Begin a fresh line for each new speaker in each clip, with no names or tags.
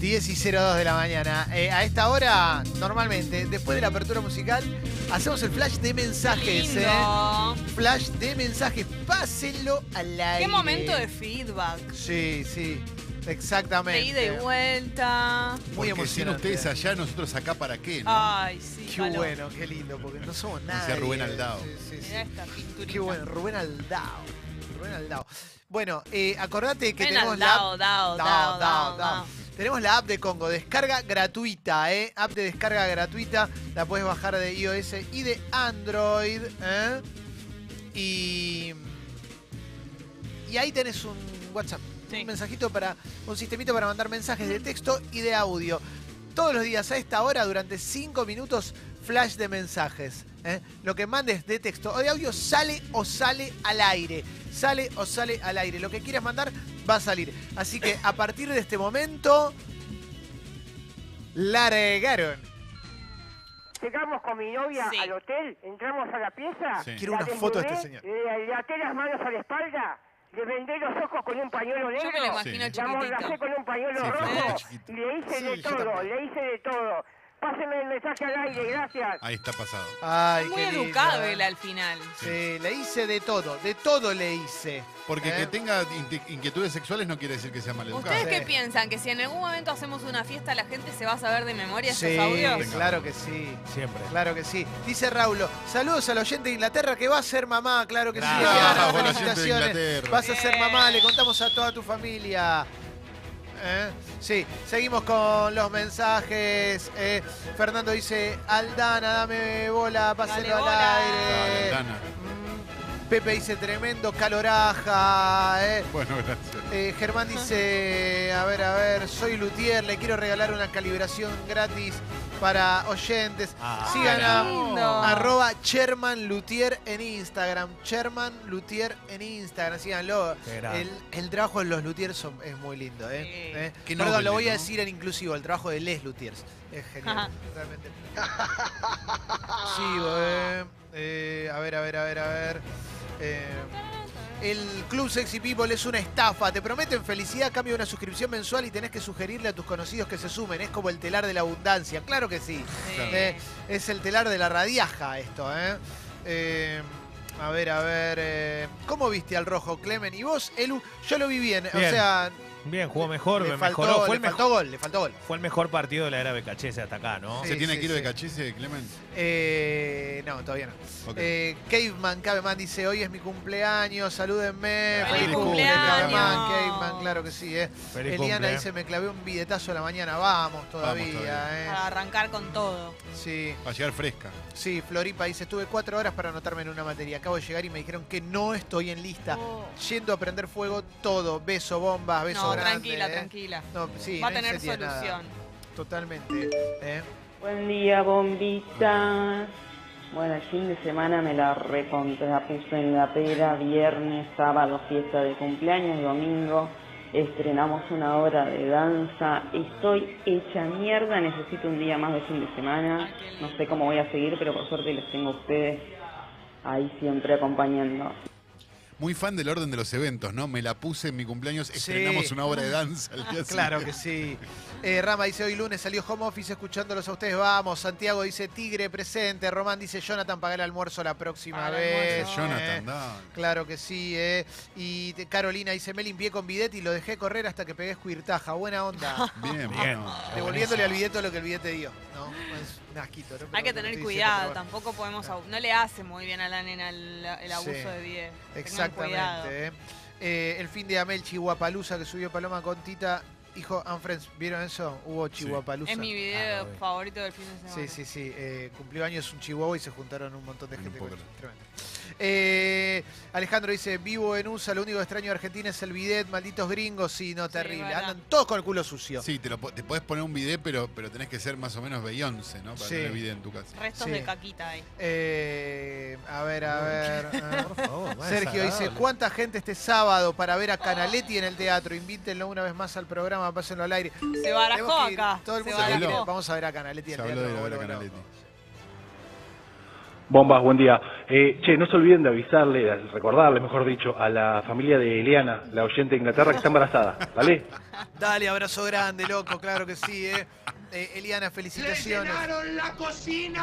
10 y 02 de la mañana. Eh, a esta hora, normalmente, después de la apertura musical, hacemos el flash de mensajes. ¿eh?
Lindo.
Flash de mensajes. Pásenlo al aire.
Qué momento de feedback.
Sí, sí.
De
Exactamente.
ida y vuelta.
Muy
Porque sin
emocionante. Ah.
ustedes allá, nosotros acá, ¿para qué? no?
Ay, sí,
Qué
calor.
bueno, qué lindo, porque no somos nada.
Decía Rubén Aldao.
Sí, sí, sí.
Mirá este esta pinturita.
Qué bueno, Rubén Aldao. Rubén Aldao. Bueno, eh, acordate que
Ven
tenemos
al
la app-
dao, dao, dao, dao, dao.
Tenemos la app de Congo, descarga gratuita, ¿eh? App de descarga gratuita, la puedes bajar de iOS y de Android, ¿eh? Y, y ahí tenés un WhatsApp,
Sí.
un mensajito para, un sistemito para mandar mensajes de texto y de audio. Todos los días a esta hora, durante 5 minutos, flash de mensajes. ¿eh? Lo que mandes de texto o de audio sale o sale al aire. Sale o sale al aire. Lo que quieras mandar va a salir. Así que a partir de este momento, largaron.
Llegamos con mi novia
Sí.
al hotel, entramos a la pieza.
Sí.
Quiero
la
una foto de este
desnudé, eh,
señor.
Le, le até las manos a la espalda, le vendé los ojos con un
Yo
pañuelo negro.
me lo imagino
Sí.
La amordacé
chiquitito.
con un pañuelo
Sí, fue muy
rojo
chiquito.
y le hice
Sí,
de
yo
todo,
también.
le hice de todo. Pásenme el mensaje al aire, gracias.
Ahí está pasado.
Ay,
Muy
qué lindo,
educable
¿eh?
él al final.
Sí, le hice de todo, de todo le hice.
Porque
¿eh?
que tenga inti- inquietudes sexuales no quiere decir que sea maleducado.
¿Ustedes qué
Sí.
piensan? ¿Que si en algún momento hacemos una fiesta la gente se va a saber de memoria esos
Sí,
audios?
claro que sí.
Siempre.
Claro que sí. Dice Raulo, saludos al oyente de Inglaterra que va a ser mamá, claro que sí.
Bravo,
Diana,
buen oyente de
felicitaciones.
Inglaterra.
Vas a ser
Bien.
mamá, le contamos a toda tu familia. ¿Eh? Sí, seguimos con los mensajes. eh. Fernando dice, Aldana, dame bola, pásenlo al
bola.
aire.
Dale, Ah, Aldana.
Mm, Pepe dice, tremendo caloraja. eh.
Bueno, gracias.
Eh, Germán dice, a ver, a ver, soy Lutier, le quiero regalar una calibración gratis para oyentes.
Ah,
Sigan
qué
a
lindo.
arroba Sherman Lutier en Instagram. Sherman Lutier en Instagram, síganlo.
Qué grande.
El, el trabajo de los Lutiers son- es muy lindo, ¿eh?
Sí.
¿Eh?
Qué
Perdón,
noble,
lo voy a
¿no?
decir en inclusivo, el trabajo de Les Lutiers. Es genial,
Ajá.
realmente. Sigo, ¿eh? Eh, A ver, a ver, a ver, a ver. Eh, el Club Sexy People es una estafa. Te prometen felicidad a cambio de una suscripción mensual y tenés que sugerirle a tus conocidos que se sumen. Es como el telar de la abundancia. Claro que sí.
Sí.
Eh, es el telar de la radiaja esto, ¿eh? Eh, a ver, a ver. eh, ¿Cómo viste al rojo, Clemen? ¿Y vos, Elu? Yo lo vi bien. O
Bien.
sea,
Bien, jugó mejor,
le
me
faltó,
mejoró. Fue
le
el,
faltó
mejor,
gol, le faltó gol.
fue el mejor partido de la era Becachese hasta acá, ¿no?
Sí.
¿Se tiene kilo
sí.
de cachese, Clemen?
Eh, no, todavía no.
Ok.
Eh, Caveman Caveman dice, hoy es mi cumpleaños, salúdenme.
¡Feliz
Caveman,
cumpleaños!
Caveman, claro que sí, eh.
Feliz
Eliana
cumple.
dice, me clavé un billetazo a la mañana, vamos todavía,
Vamos todavía.
eh.
Para arrancar con todo.
Sí,
Va a llegar fresca.
sí, Floripa dice, estuve cuatro horas para anotarme en una materia, acabo de llegar y me dijeron que no estoy en lista.
Oh.
Yendo a prender fuego todo, beso, bombas, beso
No,
grande,
tranquila,
eh.
tranquila.
No, sí,
Va a
no
tener
incendia nada.
solución.
Totalmente, eh.
Buen día, bombita. Bueno, el fin de semana me la recontra puse en la pera, viernes, sábado, fiesta de cumpleaños, domingo, estrenamos una hora de danza, estoy hecha mierda, necesito un día más de fin de semana,
Ay, qué lindo.
no sé cómo voy a seguir, pero por suerte les tengo a ustedes ahí siempre acompañando.
Muy fan del orden de los eventos, ¿no? Me la puse en mi cumpleaños, estrenamos una obra de danza al día
Claro
siguiente.
que sí. Eh, Rama dice, hoy lunes salió home office escuchándolos a ustedes, vamos. Santiago dice, Tigre presente. Román dice, Jonathan, paga el almuerzo la próxima
Paga el
vez.
almuerzo.
Eh,
Jonathan, da.
Claro que sí, eh. Y te- Carolina dice, me limpié con bidete y lo dejé correr hasta que pegué escuirtaja. Buena onda.
Bien,
Bien.
bueno.
Devolviéndole al bidete lo que el bidete dio. No, es un asquito. ¿no? Pero
Hay que
bueno,
tener
te dice,
cuidado,
pero bueno.
tampoco podemos. abu- No le hace muy bien a la nena el, el abuso
Sí,
de 10.
Exactamente. eh. Eh, el fin de Amel Chihuapalusa que subió Paloma con Tita, hijo and Friends. ¿Vieron eso? Hubo Chihuapalusa.
Es mi video
Ah, lo vi.
favorito del fin de semana.
Sí, sí, sí. eh, cumplió años un chihuahua y se juntaron un montón de
No
gente.
puedo
con- Tremendo. Eh, Alejandro dice, vivo en USA, lo único extraño de Argentina es el bidet, malditos gringos. Sí, no, terrible.
verdad.
Andan todos con el culo sucio.
Sí, te, lo, po- te podés poner un bidet, pero, pero tenés que ser más o menos Beyoncé, ¿no? Para
Sí.
tener bidet en tu casa.
Restos
Sí.
de caquita ahí.
Eh, a ver, a ver. ah.
Por favor, más
Sergio dice,
desagradable.
¿cuánta gente este sábado para ver a Canaletti en el teatro? Invítenlo una vez más al programa, pásenlo al aire.
Se barajó
Tenemos que ir,
acá.
Todo el
se
mundo quiere ir.
barajó.
Vamos a ver a Canaletti en
Se
el
habló
teatro.
de
me
la obra
vuelvo
Canaletti.
loco.
Bombas, buen día. Eh, che, no se olviden de avisarle, de recordarle, mejor dicho, a la familia de Eliana, la oyente de Inglaterra, que está embarazada, ¿vale?
Dale, abrazo grande, loco, claro que sí, ¿eh? Eh, Eliana, felicitaciones.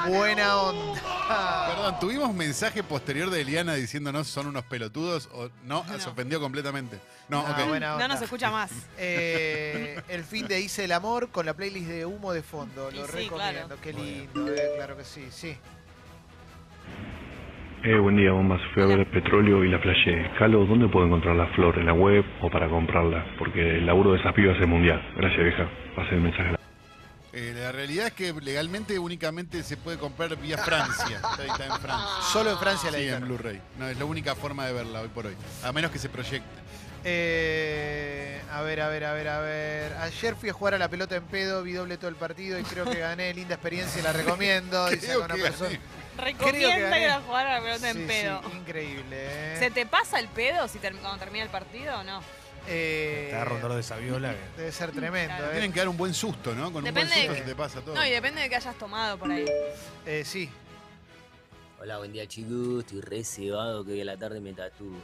Buena onda.
Perdón, ¿tuvimos mensaje posterior de Eliana diciéndonos son unos pelotudos o no?
No.
Se ofendió completamente. No,
Ah,
ok.
buena onda.
No nos escucha más.
Eh, el fin de Hice el Amor con la playlist de Humo de Fondo. Lo
Y sí,
recomiendo.
claro.
Qué lindo, eh, claro que sí, sí.
Eh, buen día, bombas. Fui a ver el petróleo y la flashé. Calo, ¿dónde puedo encontrar la flor? ¿En la web o para comprarla? Porque el laburo de esas pibas es mundial. Gracias, vieja. Pasé el mensaje. a la-
Eh, la realidad es que legalmente únicamente se puede comprar vía Francia. Está, está en Francia.
Solo en Francia la
Sí, en
editaron.
Blu-ray. No, es la única forma de verla hoy por hoy. A menos que se proyecte.
Eh, a ver, a ver, a ver, a ver. Ayer fui a jugar a la pelota en pedo, vi doble todo el partido y creo que gané. Linda experiencia, la recomiendo. dice
Creo
acá una
que
persona.
gané.
Recomienda
gané.
ir a jugar a la pelota
Sí,
en pedo.
sí, increíble, eh.
¿Se te pasa el pedo si term- cuando termina el partido o no?
Eh,
Está rondador de Saviola.
Debe ser tremendo,
Claro.
eh.
Tienen que dar un buen susto, ¿no? Con
Depende
un
de
buen susto se te pasa todo.
No, y depende de que hayas tomado por ahí.
Eh, sí.
Hola, buen día chicos, estoy re cebado que hoy a la tarde me tatúo.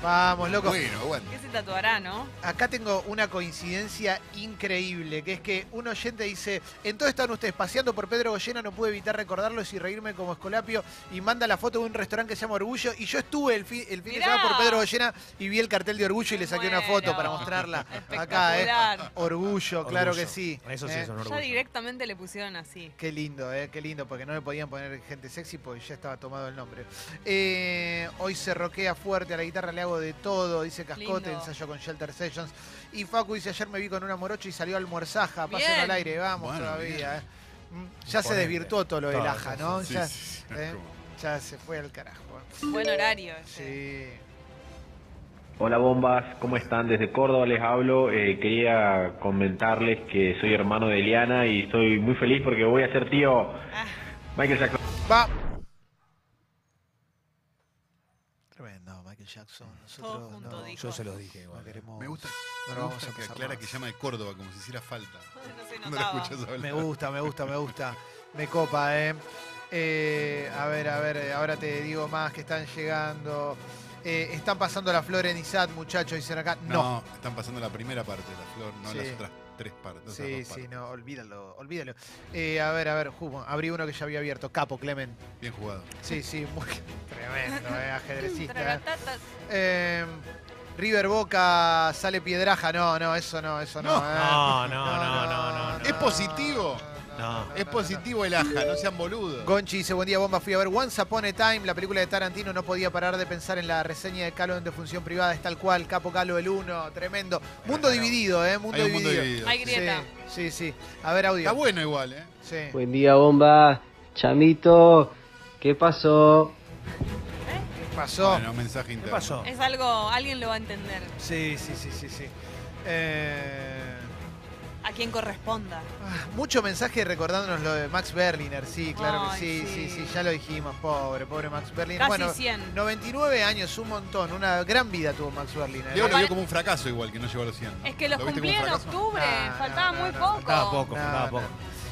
Vamos, loco.
Bueno, bueno.
¿Qué se tatuará, no?
Acá tengo una coincidencia increíble, que es que un oyente dice, en todo están ustedes paseando por Pedro Goyena, no pude evitar recordarlos y reírme como Escolapio, y manda la foto de un restaurante que se llama Orgullo, y yo estuve el, fi- el fin
Mirá.
de semana por Pedro Goyena y vi el cartel de Orgullo y le
Me
saqué una foto
muero.
para mostrarla acá, ¿eh?
Espectacular.
Orgullo, claro que sí.
Eso sí
¿eh?
es un orgullo.
Ya directamente le pusieron así.
Qué lindo, eh, qué lindo, porque no le podían poner gente sexy porque ya estaba tomado el nombre. Eh, hoy se roquea fuerte, a la guitarra le hago de todo, dice Cascote,
Lindo.
ensayo con Shelter Sessions. Y Facu dice, ayer me vi con una morocha y salió almuerzaja,
Bien.
pasen al aire, vamos
Bueno,
todavía. eh. Mm, Ya se
Imponente.
desvirtuó todo lo del
Todo,
aja, ¿no?
Sí,
ya,
sí, sí.
eh,
Como-
ya se fue al carajo. eh.
Buen horario. este. ese.
Sí.
Hola bombas, ¿cómo están? Desde Córdoba les hablo. Eh, quería comentarles que soy hermano de Eliana y estoy muy feliz porque voy a ser tío
Ah.
Michael Jackson.
Va. Tremendo, Michael Jackson. Nosotros
Todo junto,
no,
dijo.
Yo se los dije igual.
no queremos.
Me gusta,
no
me
lo vamos
gusta
a
que
pasar
aclara
más.
que llama de Córdoba, como si hiciera falta.
No se
No la
notaba.
escuchas hablar.
Me gusta, me gusta, me gusta. Me copa, ¿eh? Eh, a ver, a ver, eh, ahora te digo más que están llegando. Eh, están pasando la flor en ISAT, muchachos, dicen acá. No.
No, están pasando la primera parte de la flor, no
Sí.
las otras tres partes. las
sí,
otras
sí,
partes.
no, olvídalo, olvídalo. Eh, a ver, a ver, Jumo, abrí uno que ya había abierto. Capo, Clement.
Bien jugado.
Sí, sí, muy tremendo, ¿eh? ajedrecista. ¿eh?
Tragatatas.
Eh, River Boca sale piedraja. No, no, eso no, eso no.
No.
¿eh?
No, no, no, no, no, no.
Es positivo.
No.
Es positivo el aja, no sean boludos.
Gonchi dice, buen día, bomba. Fui a ver Once Upon a Time, la película de Tarantino. No podía parar de pensar en la reseña de Calo en defunción privada. Es tal cual, Capo Calo el 1, tremendo. Mundo
Claro.
dividido, ¿eh? Mundo
Hay un mundo
dividido.
dividido.
Hay grieta.
Sí, sí, sí. A ver, audio.
Está bueno igual, ¿eh?
Sí.
Buen día, bomba. Chamito, ¿qué pasó?
Pasó.
Bueno, mensaje
¿Qué
interno.
pasó?
Es algo, alguien lo va a entender.
Sí, sí, sí, sí, sí. Eh,
A quien corresponda.
ah, Mucho mensaje recordándonos lo de Max Berliner, sí, claro que
Ay,
sí, sí,
sí.
sí, ya lo dijimos, pobre, pobre Max Berliner.
Casi
bueno,
100.
99 años, un montón, una gran vida tuvo Max Berliner.
Diego
¿eh?
lo vio como un fracaso igual, que no llegó a los 100.
Es que los
¿Lo viste como un
cumplía en
fracaso?
octubre.
No, no,
faltaba
no,
muy
no,
poco.
Faltaba poco,
No,
faltaba
no.
poco.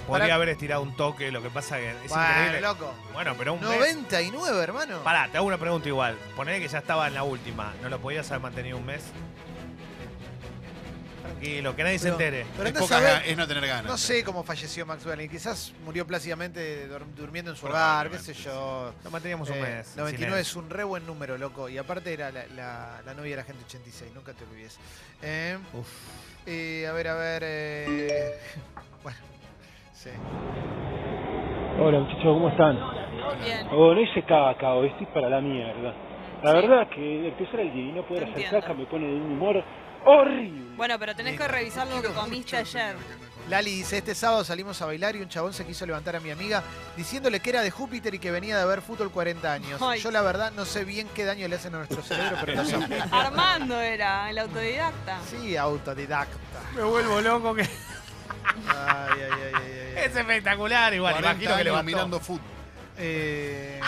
Podría
Pará.
haber estirado un toque, lo que pasa que es
Bueno,
increíble.
loco.
Bueno, pero un mes.
99, hermano.
Pará, te hago una pregunta igual. Ponele que ya estaba en la última. ¿No lo podías haber mantenido un mes? Tranquilo, que nadie se
Pero-
entere.
Pero
es,
andás
poca
a ver-
ga- es no tener ganas.
No sé cómo falleció Max Berlin. Quizás murió plácidamente dur- durmiendo en su hogar, qué sé yo.
Lo manteníamos un
Eh,
mes. en
99
silencio.
es un re buen número, loco. Y aparte era la, la- la novia de la gente 86, nunca te olvides. Eh, eh, a ver, a ver. eh, bueno, sí.
Hola muchachos, ¿cómo están?
Bien.
Oh, no hice caca hoy, estoy para la mierda. La verdad que empezar el día y no poder
Te
hacer
entiendo.
caca me pone de un humor horrible.
Bueno, pero tenés que revisar lo que comiste ayer.
Lali dice: Este sábado salimos a bailar y un chabón se quiso levantar a mi amiga diciéndole que era de Júpiter y que venía de ver fútbol 40 años.
Ay.
Yo, la verdad, no sé bien qué daño le hacen a nuestro cerebro, pero nos afecta.
Armando era, el autodidacta.
Sí, autodidacta.
Me vuelvo loco que.
Ay, ay, ay, ay, ay.
Es espectacular igual.
40
Imagino que
años
lo va
mirando fútbol.
Eh,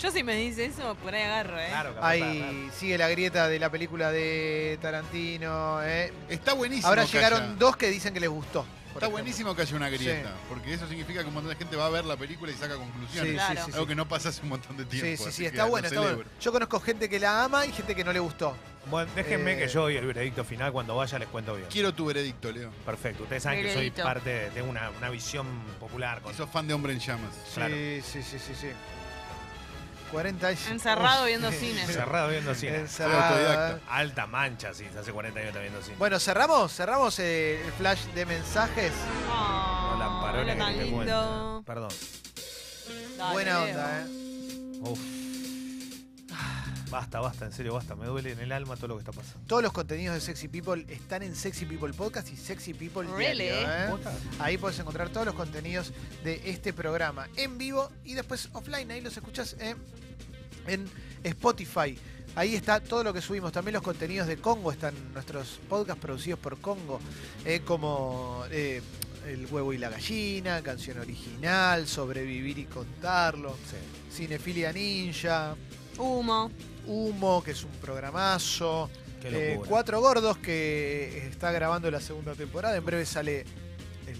Yo si me dice eso, por ahí agarro, ¿eh?
Claro, capaz, claro.
ahí sigue la grieta de la película de Tarantino. eh.
Está buenísimo.
Ahora
que
llegaron
haya-
dos que dicen que les gustó. por
Está
ejemplo.
buenísimo que haya una grieta, porque eso significa que un montón de gente va a ver la película y saca conclusiones.
Sí, sí, Claro. sí,
Algo
sí.
que no pasa hace un montón de tiempo.
Sí, sí,
así
sí,
que
está
lo
bueno, está
celebro.
bueno. Yo conozco gente que la ama y gente que no le gustó.
Bueno, déjenme
Eh,
que yo doy el veredicto final cuando vaya les cuento bien.
Quiero tu veredicto, Leo.
Perfecto. Ustedes saben que
Veredicto.
soy parte de tengo una, una visión popular. Con...
Sos fan de Hombre en Llamas.
Claro.
Sí, sí, sí, sí, sí. 40 años.
Encerrado viendo cine.
Cerrado viendo cine.
Encerrado. Autodidacta.
Alta mancha, sí. Hace 40 años está viendo cine.
Bueno, cerramos, cerramos eh, el flash de mensajes.
No, la parona
Hola, tan
que te
Ah, lindo.
cuento. Perdón.
Dale,
Buena
Leo.
onda, ¿eh?
Uf. Basta, basta, en serio, basta. Me duele en el alma todo lo que está pasando.
Todos los contenidos de Sexy People están en Sexy People Podcast y Sexy People
Really?
Diario, ¿eh?
¿Posta?
Ahí puedes encontrar todos los contenidos de este programa en vivo y después offline. Ahí los escuchas en, en Spotify. Ahí está todo lo que subimos. También los contenidos de Congo están nuestros podcasts producidos por Congo, eh, como eh, El huevo y la gallina, Canción Original, Sobrevivir y Contarlo, Cinefilia Ninja,
Humo.
Humo, que es un programazo.
Qué
Eh,
locura.
Cuatro Gordos que está grabando la segunda temporada. En breve sale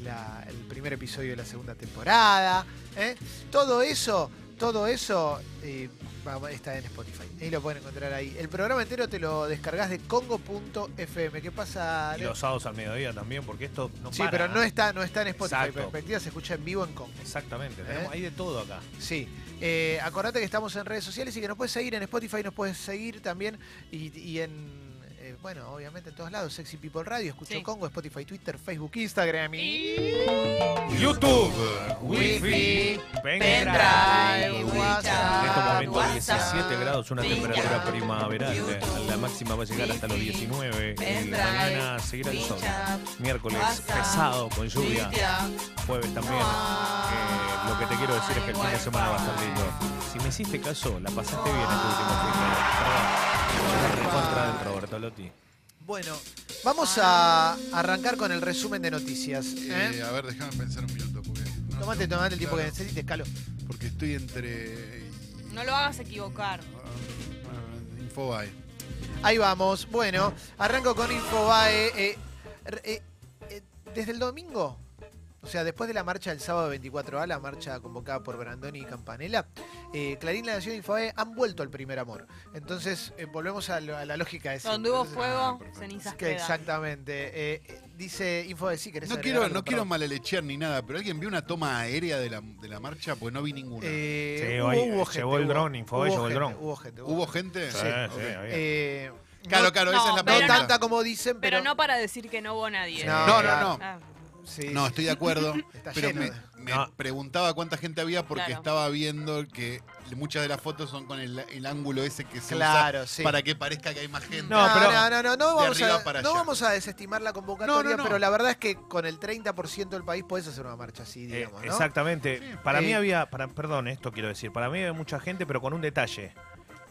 la- el primer episodio de la segunda temporada. ¿eh? Todo eso, todo eso eh, va- está en Spotify. Ahí lo pueden encontrar ahí. El programa entero te lo descargas de congo.fm. ¿Qué pasa?
Y
Leo?
los sábados al mediodía también, porque esto no
sí,
para,
pero no está, no está en Spotify.
Exacto.
Perspectiva se escucha en vivo en Congo.
Exactamente.
¿Eh?
tenemos- Hay de todo acá.
Sí. Eh, acordate que estamos en redes sociales y que nos puedes seguir en Spotify, nos puedes seguir también y, y en, eh, bueno, obviamente en todos lados, Sexy People Radio, Escucho
Sí.
Congo, Spotify, Twitter, Facebook, Instagram y...
YouTube,
Wi-Fi,
pendrive,
WhatsApp,
En estos momentos 17
WhatsApp,
grados, una
Piña.
temperatura primaveral. La máxima va a llegar hasta los 19. Y
Pendrive,
mañana seguirá el sol.
Piña.
Miércoles
WhatsApp,
pesado con lluvia.
Twitter.
Jueves también. Eh, lo que te quiero decir es que el fin de semana va a estar lindo. Si me hiciste caso, la pasaste bien este último fin de semana. Perdón. Yo me recontra del Roberto Lotti.
Bueno, vamos a arrancar con el resumen de noticias. ¿eh?
Eh, a ver, déjame pensar un minuto. Porque no,
tomate,
no,
tomate el tiempo que
claro,
necesites, Calo.
Porque estoy entre. eh, y-
No lo hagas equivocar.
ah, Infobae.
Ahí vamos. Bueno, arranco con Infobae. eh, r- eh, eh, desde el domingo, o sea, después de la marcha del sábado 24A, la marcha convocada por Brandoni y Campanella, eh, Clarín, La Nación y Infobae han vuelto al primer amor. Entonces, eh, volvemos a, lo- a la lógica de
Donde hubo
Entonces,
fuego,
Ah, perfecto.
es
cenizas
que
quedan.
exactamente. eh, eh, dice Infobae, sí, querés
No
agregar
quiero,
algo,
no quiero
perdón.
malelechear ni nada, pero ¿alguien vio una toma aérea de la, de la marcha? Pues no vi ninguna.
Eh,
Sí,
hubo,
ahí
hubo
llegó
gente,
el
hubo-
dron, Infobae
hubo
llegó el
gente,
dron.
Hubo gente.
¿Hubo gente?
Sí, sí,
ok.
había.
Eh,
Claro,
no-
claro,
no,
esa es la
no
pero-
pregunta.
tanta como dicen, pero.
Pero no para decir que no hubo nadie.
No,
No,
claro.
no, no.
Ah,
Sí,
No,
sí.
estoy de acuerdo.
Está
pero
lleno
me,
de-
me
No.
preguntaba cuánta gente había porque
Claro.
estaba viendo que muchas de las fotos son con el, el ángulo ese que se
Claro,
usa
sí.
para que parezca que hay más gente.
No,
No,
pero-
no, no, no, no vamos,
arriba
a,
para
no
allá.
vamos a desestimar la convocatoria,
No, no, no.
pero la verdad es que con el 30% del país puedes hacer una marcha así,
Eh,
digamos, ¿no?
Exactamente. Para mí
Eh,
había, para, perdón, esto quiero decir, para mí había mucha gente, pero con un detalle.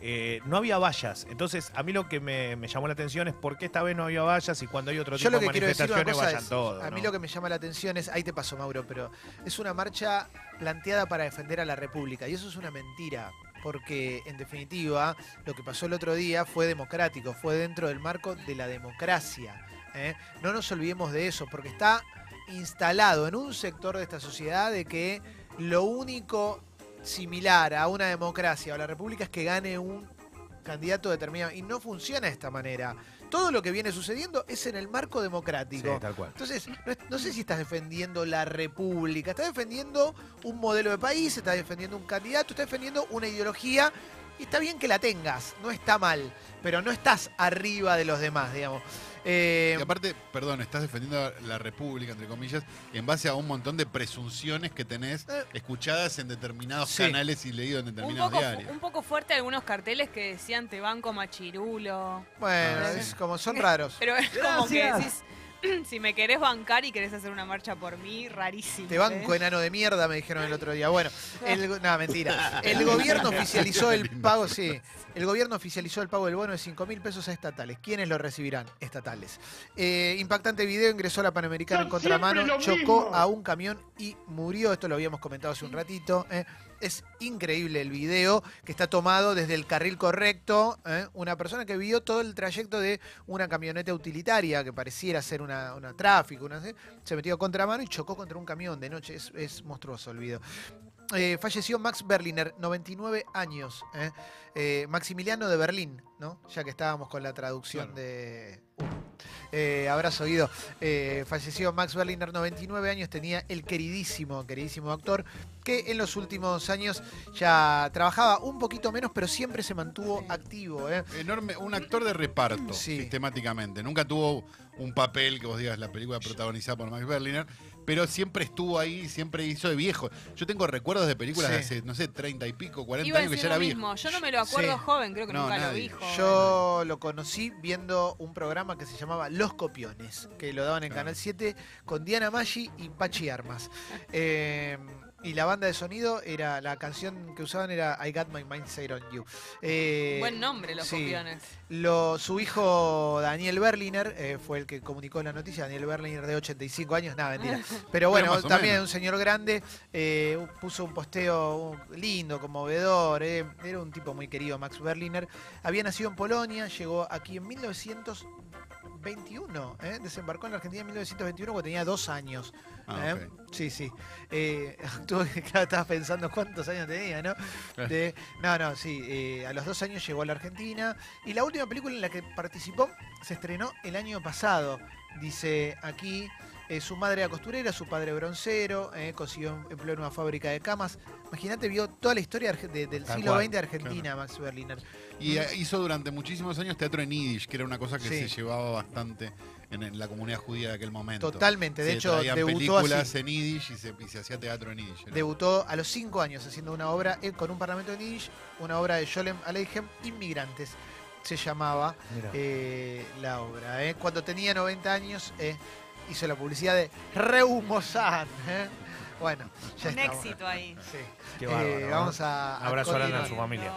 Eh, no había vallas. Entonces, a mí lo que me, me llamó la atención es por qué esta vez no había vallas y cuando hay otro
Yo
tipo
lo
de
que quiero decir una
manifestaciones
cosa
vayan
es,
todos.
a mí
¿no?
lo que me llama la atención es, ahí te pasó Mauro, pero es una marcha planteada para defender a la República y eso es una mentira. Porque, en definitiva, lo que pasó el otro día fue democrático, fue dentro del marco de la democracia. ¿eh? No nos olvidemos de eso, porque está instalado en un sector de esta sociedad de que lo único similar a una democracia o a la república es que gane un candidato determinado. Y no funciona de esta manera. Todo lo que viene sucediendo es en el marco
Sí,
democrático.
tal cual.
Entonces, no, es- no sé si estás defendiendo la república, estás defendiendo un modelo de país, estás defendiendo un candidato, estás defendiendo una ideología. Y está bien que la tengas, no está mal, pero no estás arriba de los demás, digamos. Eh,
Em.
Y aparte, perdón, estás defendiendo a la República, entre comillas, en base a un montón de presunciones que tenés
Eh.
escuchadas en determinados
Sí.
canales y leído en
un,
determinados
poco,
diarios.
un poco fuerte algunos carteles que decían te banco machirulo.
bueno,
Ah,
es
sí.
como son raros.
Pero es como que decís, si me querés bancar y querés hacer una marcha por mí, rarísimo.
Te banco
¿eh?
enano de mierda, me dijeron el otro día. Bueno, el, no, mentira. El gobierno oficializó el pago, sí. El gobierno oficializó el pago del bono de 5 mil pesos a estatales. ¿Quiénes lo recibirán? Estatales. Eh, impactante video, ingresó a la Panamericana en contramano, chocó a un camión y murió. Esto lo habíamos comentado hace un ratito. eh. Es increíble el video que está tomado desde el carril correcto. eh. Una persona que vio todo el trayecto de una camioneta utilitaria que pareciera ser una, una tráfico, una- se metió a contramano y chocó contra un camión de noche. Es, es monstruoso el video. Eh, falleció Max Berliner, 99 años. ¿eh? Eh, Maximiliano de Berlín, ¿no? Ya que estábamos con la traducción de. uh, Eh, habrás oído. Eh, falleció Max Berliner, 99 años. Tenía el queridísimo, queridísimo actor que en los últimos años ya trabajaba un poquito menos, pero siempre se mantuvo activo. ¿eh?
Enorme, un actor de reparto, sistemáticamente. Nunca tuvo un papel que vos digas la película protagonizada por Max Berliner, pero siempre estuvo ahí, siempre hizo de viejo. Yo tengo recuerdos de películas de
Sí.
hace, no sé, 30 y pico,
eh,
40
Iba a
años que
decir
ya
lo
era
mismo.
viejo.
Yo no me lo acuerdo
Sí.
joven, creo que
No,
nunca lo vi
nadie.
joven.
Yo lo conocí viendo un programa que se llamaba Los Copiones, que lo daban en
Claro.
Canal 7 con Diana Maggi y Pachi Armas. Eh, y la banda de sonido era, la canción que usaban era I Got My Mind Set on You. Eh,
Buen nombre, los
sí.
copiones.
Lo- su hijo Daniel Berliner eh, fue el que comunicó la noticia. Daniel Berliner de 85 años, nada, mentira. Pero
Ah. Pero
bueno,
más o
también
menos.
un señor grande eh, un- puso un posteo un- lindo, conmovedor. eh. Era un tipo muy querido, Max Berliner. Había nacido en Polonia, llegó aquí en 1921. eh. Desembarcó en la Argentina en 1921 cuando tenía dos años.
Ah,
¿eh?
ok.
Sí, sí. Eh, actuó- claro, estaba pensando cuántos años tenía, ¿no?
Claro.
De- no, no, sí. eh, a los dos años llegó a la Argentina. Y la última película en la que participó se estrenó el año pasado. Dice aquí, eh, su madre era costurera, su padre broncero, eh, consiguió empleo en una fábrica de camas. Imagínate, vio toda la historia de Arge- de- del
Tal
siglo
cual,
XX de Argentina, Max Berliner.
Y eh, hizo durante muchísimos años teatro en Yiddish, que era una cosa que
Sí.
se llevaba bastante en, en la comunidad judía de aquel momento.
Totalmente, de
Se
hecho,
traían
debutó
películas
así.
en Yiddish y se, y se hacía teatro en Yiddish. era-
Debutó a los cinco años haciendo una obra eh, con un parlamento de Yiddish, una obra de Yolem Aleichem, Inmigrantes, se llamaba
Mirá.
eh, la obra. eh. Cuando tenía 90 años eh, hizo la publicidad de Reumozán. eh. Bueno, ya
Un
estamos.
éxito ahí.
Sí.
Qué
Eh,
bárbaro, ¿eh?
vamos a, a
Abrazo a Lana,
continuar.
a su familia.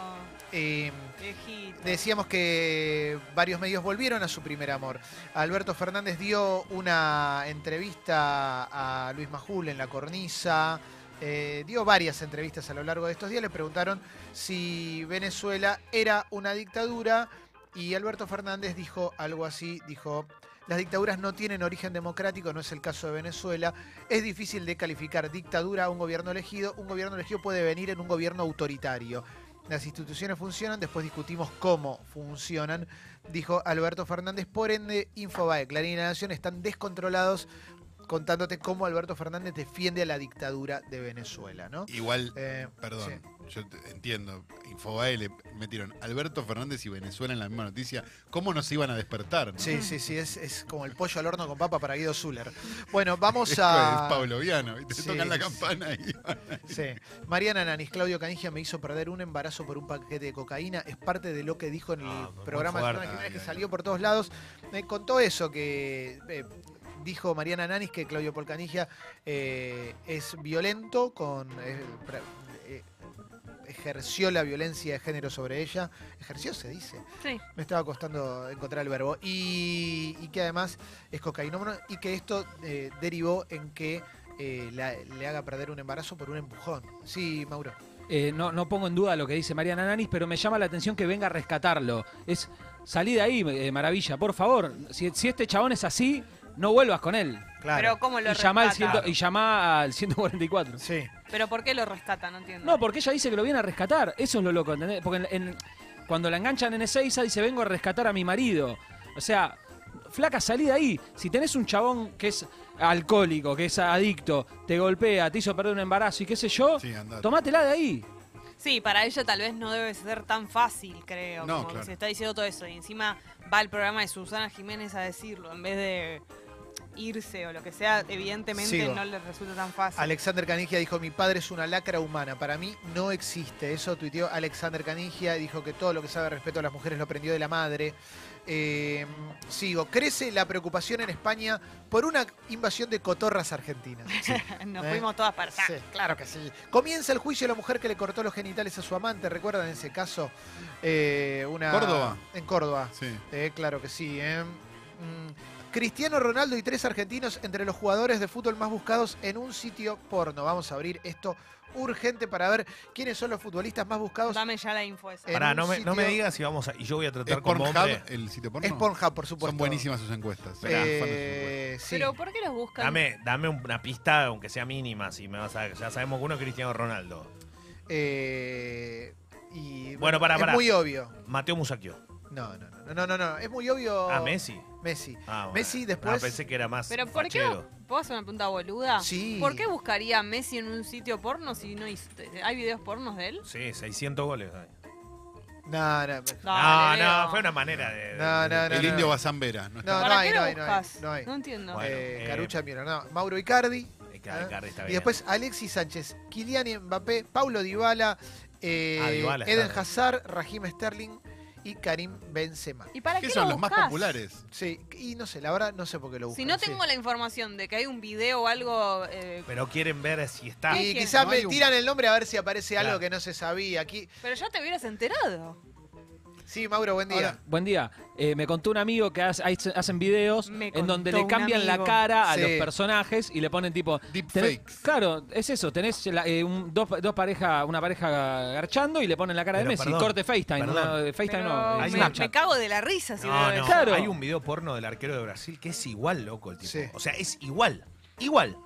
Eh,
Viejito.
Decíamos que varios medios volvieron a su primer amor. Alberto Fernández dio una entrevista a Luis Majul en La Cornisa. eh, dio varias entrevistas a lo largo de estos días. Le preguntaron si Venezuela era una dictadura y Alberto Fernández dijo algo así, dijo... Las dictaduras no tienen origen democrático, no es el caso de Venezuela. Es difícil de calificar dictadura a un gobierno elegido. Un gobierno elegido puede venir en un gobierno autoritario. Las instituciones funcionan, después discutimos cómo funcionan, dijo Alberto Fernández. Por ende, Infobae, Clarín y La Nación están descontrolados contándote cómo Alberto Fernández defiende a la dictadura de Venezuela, ¿no?
Igual,
Eh,
perdón, yo te- entiendo. Infobae le metieron Alberto Fernández y Venezuela en la misma noticia. ¿Cómo nos iban a despertar? no?
Sí, sí, sí, es, es como el pollo al horno con papa para Guido Zuller. Bueno, vamos
Esto
a...
es Pablo Viano, ¿viste?
Sí,
tocan la
sí.
campana y van ahí.
Sí. Mariana Nanis, Claudio Canigia me hizo perder un embarazo por un paquete de cocaína. Es parte de lo que dijo en el
Ah, muy
programa de
fuerte.
Susana Jiménez,
Ay,
que
ay,
salió por todos lados. Me contó eso que eh, dijo Mariana Nanis que Claudio Polcanigia eh, es violento con. eh, pra- eh, ejerció la violencia de género sobre ella. Ejerció, se dice.
Sí.
Me estaba costando encontrar el verbo. Y, y que además es cocainómano y que esto eh, derivó en que eh, la- le haga perder un embarazo por un empujón. Sí, Mauro.
Eh, no, no pongo en duda lo que dice Mariana Nanis, pero me llama la atención que venga a rescatarlo. Es salí de ahí, eh, maravilla, por favor. Si, si este chabón es así, no vuelvas con él.
Pero ¿cómo lo
Y llama, al
rescata?
ciento- y llama al 144.
Sí.
Pero ¿por qué lo rescata? No entiendo.
No, porque ella dice que lo viene a rescatar. Eso es lo loco, ¿entendés? Porque en- en- cuando la enganchan en Ezeiza dice, vengo a rescatar a mi marido. O sea, flaca, salí de ahí. Si tenés un chabón que es alcohólico, que es adicto, te golpea, te hizo perder un embarazo y qué sé yo,
Sí, andate.
tomátela de ahí.
Sí, para ella tal vez no debe ser tan fácil, creo.
No,
como que
claro.
se está diciendo todo eso. Y encima va el programa de Susana Jiménez a decirlo, en vez de irse o lo que sea, evidentemente
Sigo.
no le resulta tan fácil.
Alexander Canigia dijo, mi padre es una lacra humana, para mí no existe. Eso tuiteó Alexander Canigia, dijo que todo lo que sabe respecto a las mujeres lo aprendió de la madre. Eh, sigo, crece la preocupación en España por una invasión de cotorras argentinas.
Nos
¿Eh?
fuimos todas para allá.
Sí, claro que sí. Comienza el juicio de la mujer que le cortó los genitales a su amante, ¿recuerdan ese caso? Eh, una...
Córdoba.
En Córdoba.
Sí.
Eh, claro que sí. ¿eh? Mm, Cristiano Ronaldo y tres argentinos entre los jugadores de fútbol más buscados en un sitio porno. Vamos a abrir esto urgente para ver quiénes son los futbolistas más buscados.
Dame ya la info esa.
Pará,
un
no me, no me
sitio-
digas si vamos a. Y yo voy a
¿Es
tratar como
Pornhub
hombre.
el sitio porno?
Es Pornhub, por supuesto.
Son buenísimas sus encuestas.
Eh, sí.
Pero ¿por qué los buscan?
Dame, dame una pista, aunque sea mínima, si me vas a. Ya sabemos que uno es Cristiano Ronaldo.
Eh, y
Bueno, pará, pará.
Es muy obvio.
Mateo Musacchio.
No, no, no, no, no, no. Es muy obvio.
Ah, Messi.
Messi.
Ah, bueno.
Messi
Ah,
después.
pensé que era más.
Pero ¿por qué?
fachero.
¿Puedo hacer una pregunta boluda?
Sí.
¿Por qué buscaría a Messi en un sitio porno si no hizo- hay videos pornos de él?
Sí, 600 goles. hay.
No, no.
No,
Dale,
no,
Leo.
fue una manera de.
No, no, no,
el
no.
indio Bazambera. No, está.
No, no
¿Para
hay,
qué
no
lo
hay, no hay,
buscas?
no hay.
No entiendo.
Bueno,
Eh,
eh,
Carucha Miura, no. Mauro Icardi.
Eh, claro, Icardi está
Ah. Y
bien.
después Alexis Sánchez, Kylian Mbappé, Paulo Dybala, eh,
Ah, Dybala está
Eden
bien.
Hazard, Rahim Sterling y Karim Benzema.
¿Y para qué,
¿Qué son
lo
los más
buscas?
populares?
Sí, y no sé, la verdad no sé por qué lo buscan.
Si no
sí.
tengo la información de que hay un video o algo... eh,
Pero quieren ver si está.
Y
¿Qué quieren?
quizás
No
me
hay un-
tiran el nombre a ver si aparece
Claro.
algo que no se sabía aquí.
pero ya te hubieras enterado.
Sí, Mauro, buen día.
Ahora,
Buen día. Eh, me contó un amigo que hace- hace- hacen videos
Me
en
contó
donde le
un
cambian la
amigo.
cara a
Sí.
los personajes y le ponen tipo. tenés-
Deepfakes.
Claro, es eso. Tenés la- eh, un- dos, dos parejas, una pareja garchando y le ponen la cara
Pero
de Messi.
perdón,
Corte FaceTime.
perdón.
no, eh, FaceTime
Pero
no, eh,
hay
me,
Snapchat.
me cago de la risa si
No,
veo
no,
eso.
Claro.
hay un video porno del arquero de Brasil que es igual, loco, el tipo.
Sí.
O sea, es igual, igual,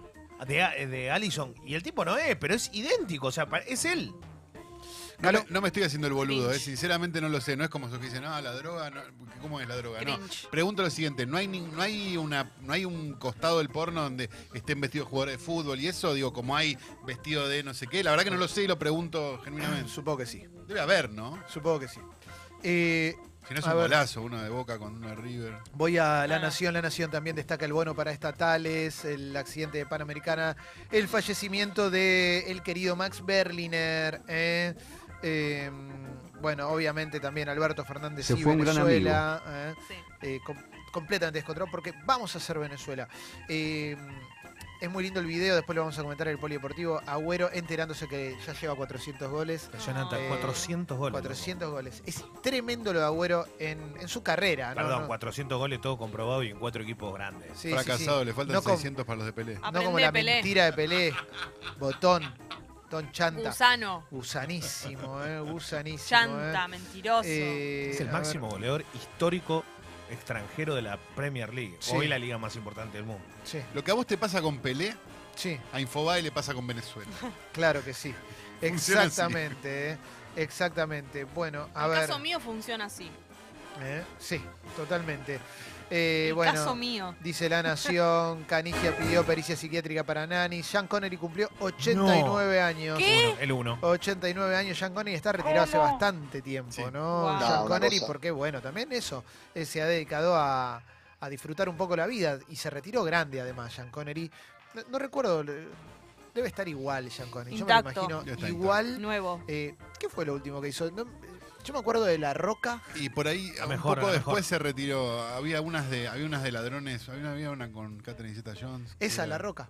de, de Allison. Y el tipo no es, pero es idéntico, o sea, pa- es él.
No, me- no me estoy haciendo el boludo, eh,
Cringe.
sinceramente no lo sé. No es como esos que dicen, ah, la droga, no, ¿cómo es la droga? No.
Cringe.
Pregunto lo siguiente, ¿no hay, ni- no, hay una, ¿no hay un costado del porno donde estén vestidos jugadores de fútbol y eso? Digo, como hay vestido de no sé qué. La verdad que no lo sé y lo pregunto genuinamente.
Supongo que sí,
Debe haber, ¿no?
supongo que sí. Eh,
Si no es
A
un
ver.
golazo, uno de Boca con uno de River.
Voy a La
Ah.
Nación. La Nación también destaca el bono para estatales, el accidente de Panamericana, el fallecimiento de el querido Max Berliner. ¿eh? Eh, bueno, obviamente también Alberto Fernández
Se
y
fue un gran
Venezuela. ¿eh?
Sí.
Eh, com- completamente descontrolado porque vamos a hacer Venezuela. Eh, es muy lindo el video, después lo vamos a comentar en el polideportivo. Agüero enterándose que ya lleva 400 goles.
Jonathan,
Eh,
400 goles. loco.
400 goles. Es tremendo lo de Agüero en, en su carrera. ¿no?
Perdón,
No-
400 goles todo comprobado y en cuatro equipos grandes.
Sí, sí,
Fracasado,
sí.
le faltan
No com-
600 para los de Pelé.
no como
Aprende
la
Pelé.
mentira de Pelé. Botón. Don Chanta.
Gusano,
Gusanísimo, eh. Gusanísimo.
llanta,
eh.
mentiroso.
Eh,
es el
a
máximo goleador histórico extranjero de la Premier League.
Sí.
Hoy la liga más importante del mundo.
ver, sí,
Lo que a vos te pasa con Pelé,
sí,
a Infobae le pasa con Venezuela.
claro que sí.
Funciona así.
Exactamente, eh. Exactamente. Bueno, a
el
ver.
caso mío funciona así.
eh, Sí, totalmente. Eh,
el
bueno.
caso mío.
Dice La Nación, Canigia pidió pericia psiquiátrica para Nani. Sean Connery cumplió 89 años.
¿Qué?
Uno, el uno.
89 años Sean Connery está retirado hace
¿Cómo?
bastante tiempo,
Sí.
¿no?
Wow.
Sean
No,
una
Connery,
cosa.
porque bueno, también eso, eh, se ha dedicado a, a disfrutar un poco la vida y se retiró grande además Sean Connery. No, no recuerdo, le- debe estar igual Sean Connery,
Intacto.
yo me lo
Debe
imagino
estar
igual.
Nuevo.
Eh, ¿Qué fue lo último que hizo? No, eh, yo me acuerdo de La Roca.
Y por ahí,
A
un
mejor,
poco
a
después
mejor.
se retiró. Había unas de, había unas de ladrones. Había una, había una con Catherine Zeta Jones.
Esa,
que
La
era-
Roca.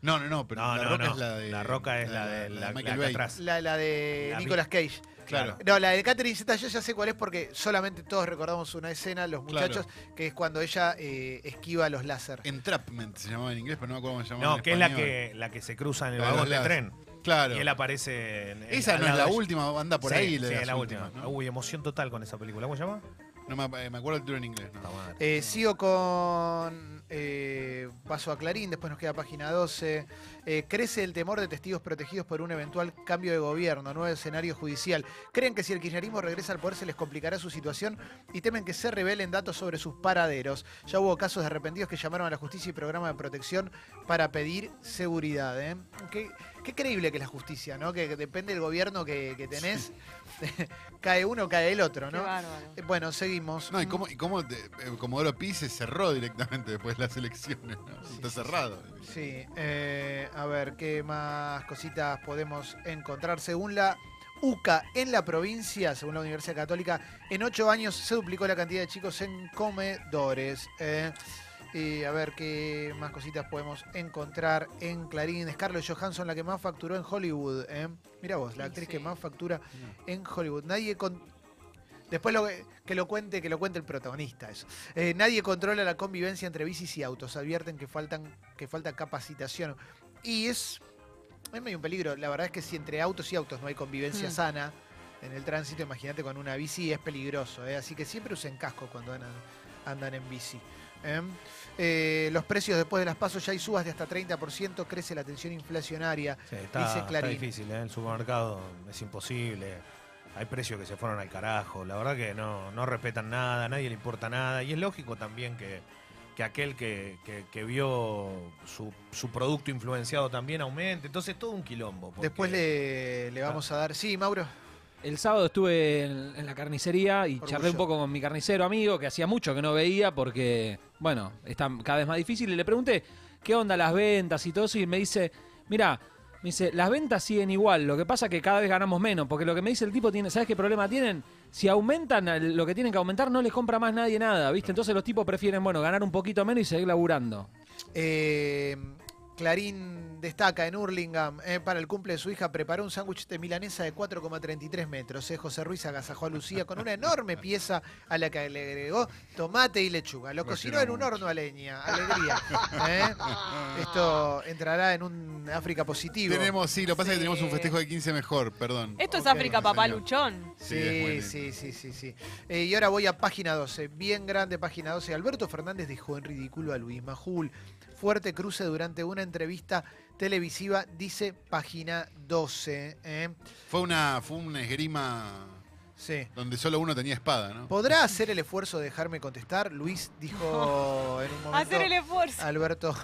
No, no, no, pero
No,
la
no,
roca
no.
es la de.
La Roca es la de- la- la que
Bay.
atrás.
La, la de
La vi-
Nicolas Cage.
Claro.
No, la de Catherine Zeta, yo ya sé cuál es porque solamente todos recordamos una escena, los
Claro.
muchachos, que es cuando ella eh, esquiva los láser.
Entrapment se llamaba en inglés, pero no me acuerdo cómo se llamaba.
No,
en
que es la
español.
que, la que se cruza en el
La de
vagón
los
de
lazos.
tren.
Claro.
Y él aparece en. en-
Esa
al
no es
lado
la
de ella.
última, anda por
Sí,
ahí.
sí,
de
es la
las
última.
últimas, ¿no?
Uy, emoción total con esa película. ¿Cómo se llama?
No me, eh, me acuerdo el título en inglés. no.
Puta madre.
Eh, sigo con eh, Paso a Clarín, después nos queda página 12. Eh, crece el temor de testigos protegidos por un eventual cambio de gobierno, nuevo escenario judicial. Creen que si el kirchnerismo regresa al poder se les complicará su situación y temen que se revelen datos sobre sus paraderos. Ya hubo casos de arrepentidos que llamaron a la justicia y programa de protección para pedir seguridad. ¿eh? Qué, qué creíble que es la justicia, ¿no? Que, que depende del gobierno que, que tenés. cae uno, cae el otro,
Qué
¿no?
bárbaro.
Eh, Bueno, seguimos.
No, y cómo, y cómo te- eh, Comodoro Pi se cerró directamente después de las elecciones. ¿no? Está cerrado.
Sí, eh, a ver, ¿qué más cositas podemos encontrar? Según la UCA en la provincia, según la Universidad Católica, en ocho años se duplicó la cantidad de chicos en comedores. eh. Y a ver qué más cositas podemos encontrar en Clarín. Es Scarlett Johansson la que más facturó en Hollywood. eh. Mira vos, la
Y
actriz
sí.
que más factura en Hollywood. Nadie con... Después lo, que- que lo cuente, que lo cuente el protagonista eso. Eh, nadie controla la convivencia entre bicis y autos. Advierten que faltan, que falta capacitación. Y es, es medio un peligro. La verdad es que si entre autos y autos no hay convivencia
Mm.
sana en el tránsito, imagínate con una bici es peligroso. ¿eh? Así que siempre usen casco cuando andan, andan en bici. ¿eh? Eh, los precios después de las pasos ya hay subas de hasta 30%, crece la tensión inflacionaria,
Sí, está,
dice
está
Clarín.
difícil, ¿eh? el supermercado es imposible. Hay precios que se fueron al carajo. La verdad que no, no respetan nada, a nadie le importa nada. Y es lógico también que, que aquel que, que- que vio su, su producto influenciado también aumente. Entonces todo un quilombo. porque-
Después le, le vamos a dar. Sí, Mauro.
El sábado estuve en, en la carnicería y charlé un poco con mi carnicero amigo que hacía mucho que no veía porque, bueno, está cada vez más difícil. Y le pregunté qué onda las ventas y todo eso. Y me dice, mira, me dice, las ventas siguen igual. Lo que pasa es que cada vez ganamos menos. Porque lo que me dice el tipo tiene, ¿sabes qué problema tienen? Si aumentan el- lo que tienen que aumentar, no les compra más nadie nada, ¿viste? Entonces los tipos prefieren, bueno, ganar un poquito menos y seguir laburando.
Eh, Clarín destaca en Hurlingham, eh, para el cumple de su hija, preparó un sándwich de milanesa de 4,33 metros. eh. José Ruiz agasajó a Lucía con una enorme pieza a la que le agregó tomate y lechuga. Lo
Lo
cocinó
quiero
en un horno a leña. Alegría. eh. Esto entrará en un África positivo.
Tenemos, sí, lo que pasa es que tenemos un festejo de 15 mejor, perdón.
Esto es
Ok.
África, papá luchón.
Sí, es muy
Sí,
lindo.
sí, sí, sí, sí. Eh, y ahora voy a página 12, bien grande página 12. Alberto Fernández dejó en ridículo a Luis Majul. Fuerte cruce durante una entrevista televisiva, dice página 12. ¿eh?
Fue una, fue una esgrima
Sí.
donde solo uno tenía espada, ¿no?
¿Podrá hacer el esfuerzo de dejarme contestar? Luis dijo en un momento.
Hacer el esfuerzo.
Alberto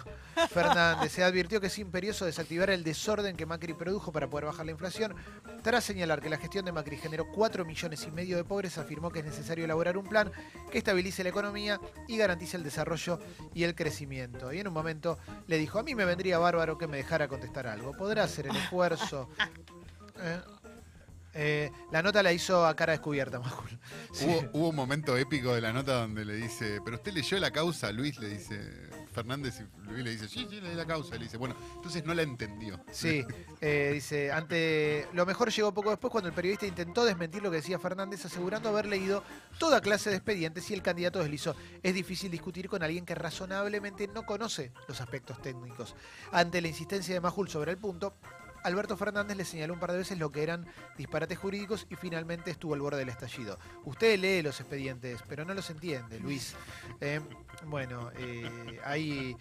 Fernández se advirtió que es imperioso desactivar el desorden que Macri produjo para poder bajar la inflación. Tras señalar que la gestión de Macri generó 4 millones y medio de pobres, afirmó que es necesario elaborar un plan que estabilice la economía y garantice el desarrollo y el crecimiento. Y en un momento le dijo, a mí me vendría bárbaro que me dejara contestar algo. ¿Podrá hacer el esfuerzo? Eh, eh, la nota la hizo a cara descubierta, Majul. Sí.
Hubo, hubo un momento épico de la nota donde le dice, pero usted leyó la causa, Luis, le dice Fernández, y Luis le dice, sí, sí, leí la causa, le dice, bueno, entonces no la entendió.
Sí, eh, dice, ante lo mejor llegó poco después cuando el periodista intentó desmentir lo que decía Fernández asegurando haber leído toda clase de expedientes y el candidato deslizó. Es difícil discutir con alguien que razonablemente no conoce los aspectos técnicos. Ante la insistencia de Majul sobre el punto, Alberto Fernández le señaló un par de veces lo que eran disparates jurídicos y finalmente estuvo al borde del estallido. Usted lee los expedientes, pero no los entiende, Luis. Eh, bueno, eh, ahí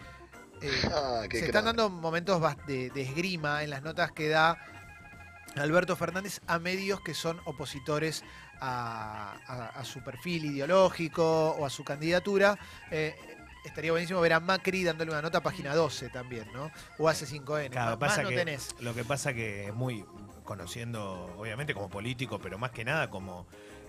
eh,
Ah, qué
se están
crack.
dando momentos bas- de, de esgrima en las notas que da Alberto Fernández a medios que son opositores a, a- a su perfil ideológico o a su candidatura. Eh, estaría buenísimo ver a Macri dándole una nota a página 12 también, ¿no? O a C5N.
Claro,
Más-
pasa
más no
que-
tenés.
Lo que pasa que es muy conociendo, obviamente, como político, pero más que nada como.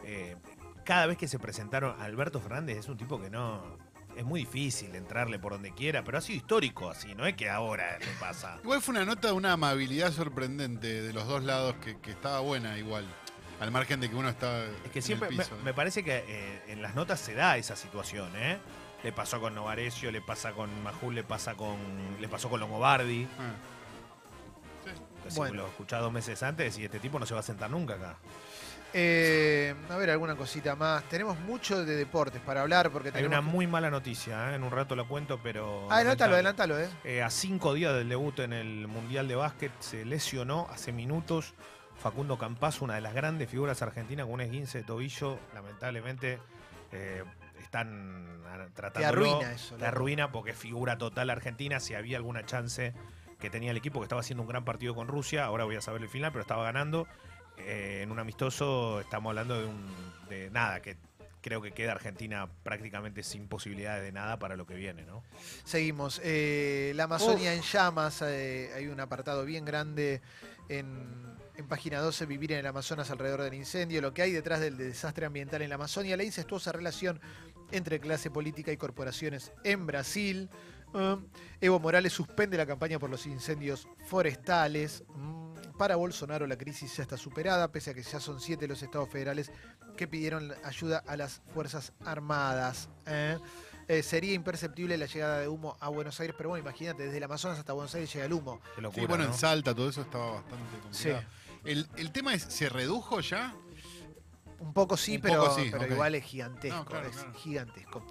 eh, cada vez que se presentaron, Alberto Fernández es un tipo que no. Es muy difícil entrarle por donde quiera, pero ha sido histórico así, no es que ahora le pasa.
Igual fue una nota de una amabilidad sorprendente de los dos lados que, que estaba buena igual. Al margen de que uno estaba
Es que siempre
en
me,
el piso.
me parece que eh, en las notas se da esa situación, ¿eh? Le pasó con Novarecio, le pasa con Majul, le pasa con. le pasó con Longobardi.
Ah.
Así
Bueno.
Lo escuchaba dos meses antes y este tipo no se va a sentar nunca acá.
Eh, a ver, alguna cosita más. Tenemos mucho de deportes para hablar porque
Hay
tenemos... Ah,
una muy mala noticia, ¿eh? en un rato la cuento, pero.
Adelántalo,
lamentable.
adelántalo, ¿eh?
Eh, a cinco días del debut en el Mundial de Básquet se lesionó hace minutos Facundo Campazo, una de las grandes figuras argentinas con un esguince de tobillo. Lamentablemente eh, están tratando.
arruina eso,
Te
loco.
arruina porque es figura total argentina. Si había alguna chance que tenía el equipo que estaba haciendo un gran partido con Rusia, ahora voy a saber el final, pero estaba ganando. Eh, en un amistoso estamos hablando de, un, de nada, que creo que queda Argentina prácticamente sin posibilidades de nada para lo que viene, ¿no?
Seguimos. Eh, la Amazonia en llamas. eh, hay un apartado bien grande en, en página 12, vivir en el Amazonas alrededor del incendio, lo que hay detrás del desastre ambiental en la Amazonia, la incestuosa relación entre clase política y corporaciones en Brasil. Eh, Evo Morales suspende la campaña por los incendios forestales. Mm, Para Bolsonaro la crisis ya está superada, pese a que ya son siete los estados federales que pidieron la- ayuda a las Fuerzas Armadas. ¿eh? Eh, sería imperceptible la llegada de humo a Buenos Aires, pero bueno, imagínate, desde el Amazonas hasta Buenos Aires llega el humo.
Qué
Sí,
locura,
bueno,
¿no?
en Salta todo eso estaba bastante complicado. El, el tema es, ¿se redujo ya?
Un poco sí,
Un
pero,
poco sí,
pero
ok.
igual es gigantesco.
No, claro,
es
claro.
gigantesco.